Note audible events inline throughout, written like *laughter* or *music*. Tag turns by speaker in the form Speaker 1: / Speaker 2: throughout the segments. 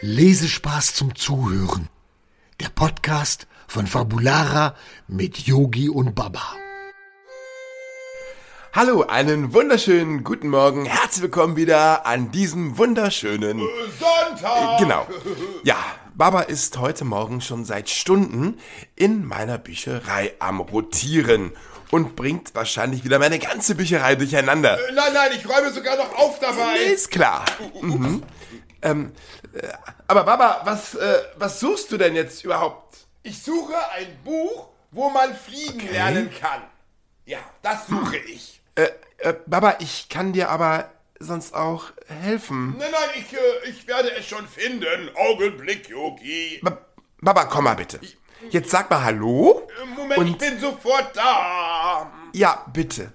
Speaker 1: Lesespaß zum Zuhören. Der Podcast von Fabulara mit Yogi und Baba.
Speaker 2: Hallo, einen wunderschönen guten Morgen. Herzlich willkommen wieder an diesem wunderschönen
Speaker 3: Sonntag!
Speaker 2: Genau. Ja, Baba ist heute Morgen schon seit Stunden in meiner Bücherei am Rotieren und bringt wahrscheinlich wieder meine ganze Bücherei durcheinander.
Speaker 3: Nein, nein, ich räume sogar noch auf dabei.
Speaker 2: Ist klar. Mhm. Ähm, äh, aber Baba, was, äh, was suchst du denn jetzt überhaupt?
Speaker 3: Ich suche ein Buch, wo man fliegen lernen kann. Ja, das suche ich.
Speaker 2: Äh, äh, Baba, ich kann dir aber sonst auch helfen.
Speaker 3: Nein, nein, ich, äh, ich werde es schon finden. Augenblick, Yogi.
Speaker 2: Ba- Baba, komm mal bitte. Jetzt sag mal Hallo.
Speaker 3: Äh, Moment, ich bin sofort da.
Speaker 2: Ja, bitte.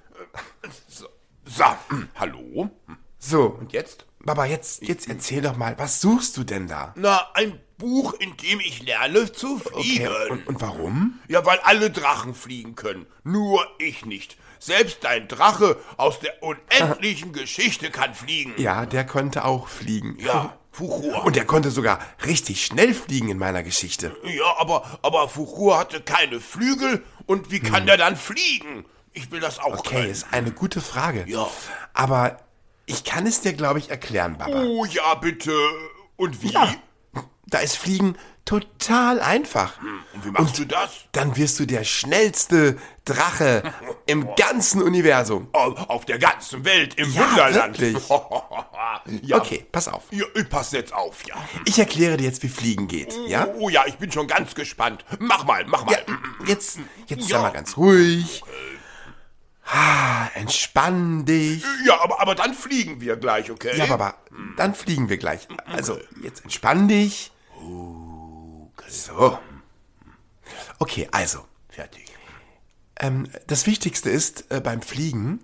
Speaker 3: So, hm, hallo?
Speaker 2: So, und
Speaker 3: Jetzt?
Speaker 2: Baba, jetzt, jetzt erzähl doch mal, was suchst du denn da?
Speaker 3: Na, ein Buch, in dem ich lerne zu fliegen.
Speaker 2: Und, und warum?
Speaker 3: Ja, weil alle Drachen fliegen können, nur ich nicht. Selbst ein Drache aus der unendlichen Geschichte kann fliegen.
Speaker 2: Ja, der konnte auch fliegen.
Speaker 3: Ja, Fuchur.
Speaker 2: Und der konnte sogar richtig schnell fliegen in meiner Geschichte.
Speaker 3: Ja, aber, aber Fuchur hatte keine Flügel und wie kann der dann fliegen? Ich will das auch
Speaker 2: Hm. Okay,
Speaker 3: können.
Speaker 2: ist eine gute Frage.
Speaker 3: Ja.
Speaker 2: Aber ich kann es dir, glaube ich, erklären, Baba.
Speaker 3: Oh ja, bitte. Und wie?
Speaker 2: Da ist Fliegen total einfach.
Speaker 3: Hm, Und wie machst du das?
Speaker 2: Dann wirst du der schnellste Drache
Speaker 3: *laughs*
Speaker 2: im ganzen Universum.
Speaker 3: Au- Auf der ganzen Welt, im
Speaker 2: Ja,
Speaker 3: Wunderland.
Speaker 2: wirklich.
Speaker 3: *laughs* ja.
Speaker 2: Okay, pass auf.
Speaker 3: Ja, ich pass jetzt auf, ja.
Speaker 2: Ich erkläre dir jetzt, wie Fliegen geht, ja?
Speaker 3: Oh ja, ich bin schon ganz gespannt. Mach mal, mach mal.
Speaker 2: Jetzt, jetzt
Speaker 3: Ja.
Speaker 2: sei mal ganz ruhig. Ah, Entspann dich.
Speaker 3: Ja, aber, aber dann fliegen wir gleich, okay?
Speaker 2: Ja, Baba, dann fliegen wir gleich. Also, jetzt entspann dich. So. Okay, also.
Speaker 3: Fertig.
Speaker 2: Ähm, das Wichtigste ist äh, beim Fliegen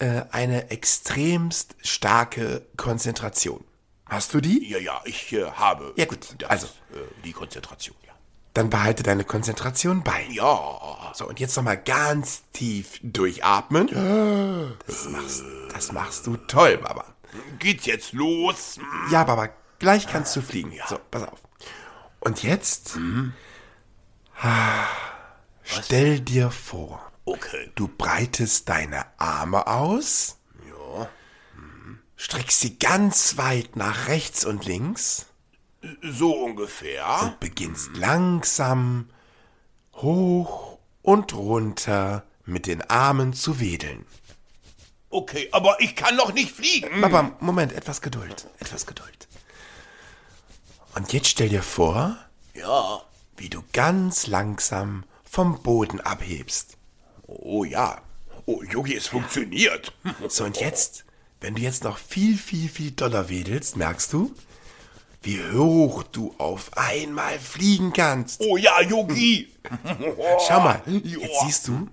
Speaker 2: äh, eine extremst starke Konzentration. Hast du die?
Speaker 3: Ja, ja, ich äh, habe
Speaker 2: Ja, gut,
Speaker 3: das,
Speaker 2: also.
Speaker 3: äh, die Konzentration, ja.
Speaker 2: Dann behalte deine Konzentration bei.
Speaker 3: Ja,
Speaker 2: So, und jetzt nochmal ganz tief durchatmen. Das machst, das machst du toll, Baba.
Speaker 3: geht's jetzt los?
Speaker 2: Ja, Baba, gleich kannst du fliegen. So, pass auf. Und jetzt ah, stell dir vor,
Speaker 3: Okay.
Speaker 2: du breitest deine Arme aus,
Speaker 3: Ja.
Speaker 2: streckst sie ganz weit nach rechts und links,
Speaker 3: So ungefähr.
Speaker 2: beginnst langsam hoch und runter mit den Armen zu wedeln.
Speaker 3: Okay, aber ich kann noch nicht fliegen.
Speaker 2: Papa, Moment, etwas Geduld, etwas Geduld. Und jetzt stell dir vor,
Speaker 3: Ja.
Speaker 2: wie du ganz langsam vom Boden abhebst.
Speaker 3: Oh ja. Oh, Yogi, es funktioniert.
Speaker 2: So, und jetzt, wenn du jetzt noch viel, viel, viel doller wedelst, merkst du, wie hoch du auf einmal fliegen kannst.
Speaker 3: Oh ja, Yogi.
Speaker 2: Schau mal,
Speaker 3: Ja.
Speaker 2: jetzt siehst du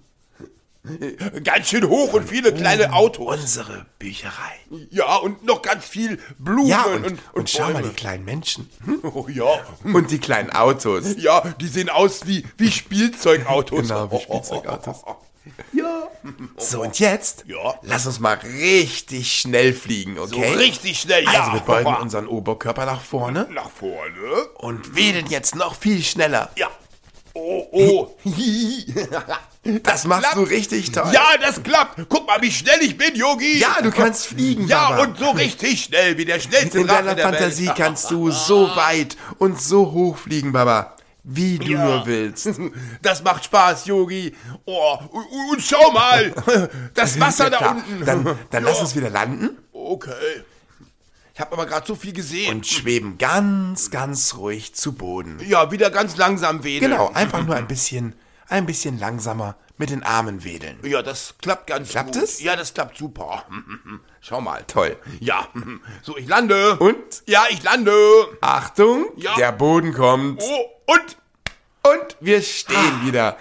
Speaker 3: Ganz schön hoch und viele kleine Autos.
Speaker 2: unsere Bücherei.
Speaker 3: Ja, und noch ganz viel Blumen
Speaker 2: Ja,
Speaker 3: und,
Speaker 2: und, und, schau mal die
Speaker 3: Bäume.
Speaker 2: kleinen Menschen. Hm?
Speaker 3: Oh ja.
Speaker 2: Und die kleinen Autos.
Speaker 3: Ja, die sehen aus wie, wie Spielzeugautos.
Speaker 2: Genau, wie Spielzeugautos.
Speaker 3: *laughs*
Speaker 2: So, und jetzt
Speaker 3: Ja.
Speaker 2: lass uns mal richtig schnell fliegen, okay?
Speaker 3: richtig schnell, ja.
Speaker 2: Also wir beugen unseren Oberkörper nach vorne
Speaker 3: Nach vorne.
Speaker 2: und wedeln jetzt noch viel schneller.
Speaker 3: Ja. Oh, oh.
Speaker 2: Das machst
Speaker 3: klappt.
Speaker 2: du richtig toll.
Speaker 3: Ja, das klappt. Guck mal, wie schnell ich bin, Yogi.
Speaker 2: Ja, du kannst fliegen,
Speaker 3: Ja,
Speaker 2: Baba.
Speaker 3: und so richtig schnell, wie der schnellste
Speaker 2: In
Speaker 3: Drache
Speaker 2: deiner
Speaker 3: der
Speaker 2: Fantasie
Speaker 3: Welt.
Speaker 2: kannst du so weit und so hoch fliegen, Baba. Wie du
Speaker 3: Ja.
Speaker 2: nur willst.
Speaker 3: Das macht Spaß, Yogi. Oh, und, und schau mal, das
Speaker 2: *laughs*
Speaker 3: Wasser
Speaker 2: Ja,
Speaker 3: da
Speaker 2: klar.
Speaker 3: unten.
Speaker 2: Dann, dann
Speaker 3: Ja.
Speaker 2: lass uns wieder landen
Speaker 3: Okay. Ich habe aber gerade so viel gesehen.
Speaker 2: und schweben ganz, ganz ruhig zu Boden.
Speaker 3: ja, wieder ganz langsam wedeln.
Speaker 2: Genau, einfach nur ein bisschen, ein bisschen langsamer mit den Armen wedeln.
Speaker 3: Ja, das klappt ganz
Speaker 2: Klappt
Speaker 3: gut.
Speaker 2: es?
Speaker 3: Ja, das klappt super. *laughs* Schau mal.
Speaker 2: Toll.
Speaker 3: Ja, *laughs* so, ich lande.
Speaker 2: Und?
Speaker 3: Ja, ich lande.
Speaker 2: Achtung,
Speaker 3: Ja.
Speaker 2: der Boden kommt.
Speaker 3: Oh, und?
Speaker 2: Und wir
Speaker 3: Ah.
Speaker 2: stehen
Speaker 3: *laughs*
Speaker 2: wieder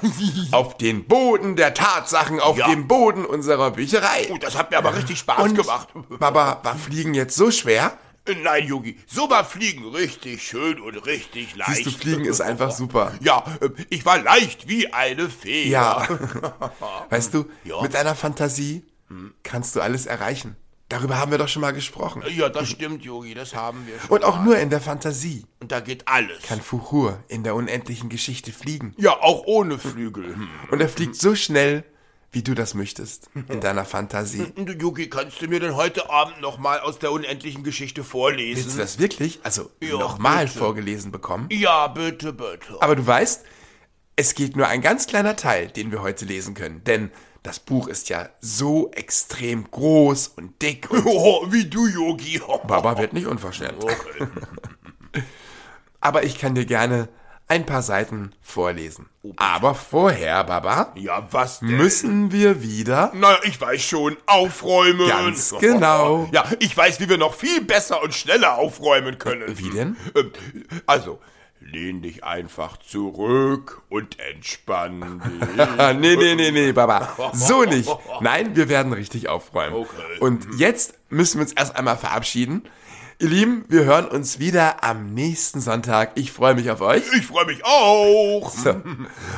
Speaker 2: auf den Boden der Tatsachen, auf
Speaker 3: Ja.
Speaker 2: dem Boden unserer Bücherei.
Speaker 3: Oh, das hat mir aber richtig Spaß
Speaker 2: Und,
Speaker 3: gemacht.
Speaker 2: Baba, war Fliegen jetzt so schwer?
Speaker 3: Nein, Yogi, so war Fliegen richtig schön und richtig leicht.
Speaker 2: Siehst du, Fliegen ist einfach super.
Speaker 3: Ja, äh, ich war leicht wie eine Fee.
Speaker 2: Ja. *laughs* Weißt du,
Speaker 3: Ja. Hm.
Speaker 2: mit deiner Fantasie kannst du alles erreichen. Darüber haben wir doch schon mal gesprochen.
Speaker 3: Ja, das stimmt, Yogi, das haben wir schon.
Speaker 2: Und auch nur in der Fantasie
Speaker 3: Und da geht alles.
Speaker 2: kann Fuchur in der unendlichen Geschichte fliegen.
Speaker 3: ja, auch ohne Flügel. Hm.
Speaker 2: Und er fliegt so schnell, wie du das möchtest, in deiner Fantasie.
Speaker 3: Du, Yogi, kannst du mir denn heute Abend nochmal aus der unendlichen Geschichte
Speaker 2: Willst du
Speaker 3: vorlesen?
Speaker 2: das wirklich, also
Speaker 3: Ja,
Speaker 2: nochmal
Speaker 3: bitte.
Speaker 2: vorgelesen bekommen?
Speaker 3: Ja, bitte, bitte.
Speaker 2: Aber du weißt, es geht nur ein ganz kleiner Teil, den wir heute lesen können, denn das Buch ist ja so extrem groß und dick und
Speaker 3: *laughs* Oh, wie du, Yogi. *laughs*
Speaker 2: Baba wird nicht unverschämt. Aber ich kann dir gerne ein paar Seiten vorlesen. Aber vorher, Baba,
Speaker 3: Ja, was denn?
Speaker 2: müssen wir wieder
Speaker 3: Naja, ich weiß schon, aufräumen.
Speaker 2: Ganz genau.
Speaker 3: Ja, ich weiß, wie wir noch viel besser und schneller aufräumen können.
Speaker 2: Äh, Wie denn?
Speaker 3: Ähm, Also, lehn dich einfach zurück und entspann
Speaker 2: *laughs*
Speaker 3: dich.
Speaker 2: Ah, nee, nee, nee, nee, Baba. So nicht. Nein, wir werden richtig aufräumen.
Speaker 3: Okay.
Speaker 2: Und jetzt müssen wir uns erst einmal verabschieden. Ihr Lieben, wir hören uns wieder am nächsten Sonntag. Ich freue mich auf euch.
Speaker 3: Ich freue mich auch. *laughs*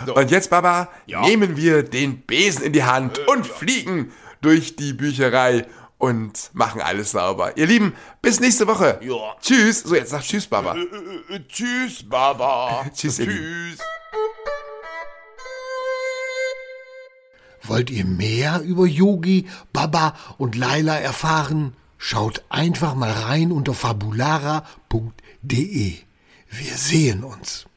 Speaker 2: So. Und jetzt, Baba,
Speaker 3: Ja. Äh,
Speaker 2: nehmen wir den Besen in die Hand und fliegen durch die Bücherei und machen alles sauber. Ihr Lieben, bis nächste Woche.
Speaker 3: Ja.
Speaker 2: Tschüss. So, jetzt sag Tschüss, Baba.
Speaker 3: Äh, äh, äh, Tschüss, Baba.
Speaker 2: Tschüss, ihr Lieben.
Speaker 3: Tschüss.
Speaker 1: Wollt ihr mehr über Yogi, Baba und Laila erfahren? Schaut einfach mal rein unter fabulara.de. Wir sehen uns.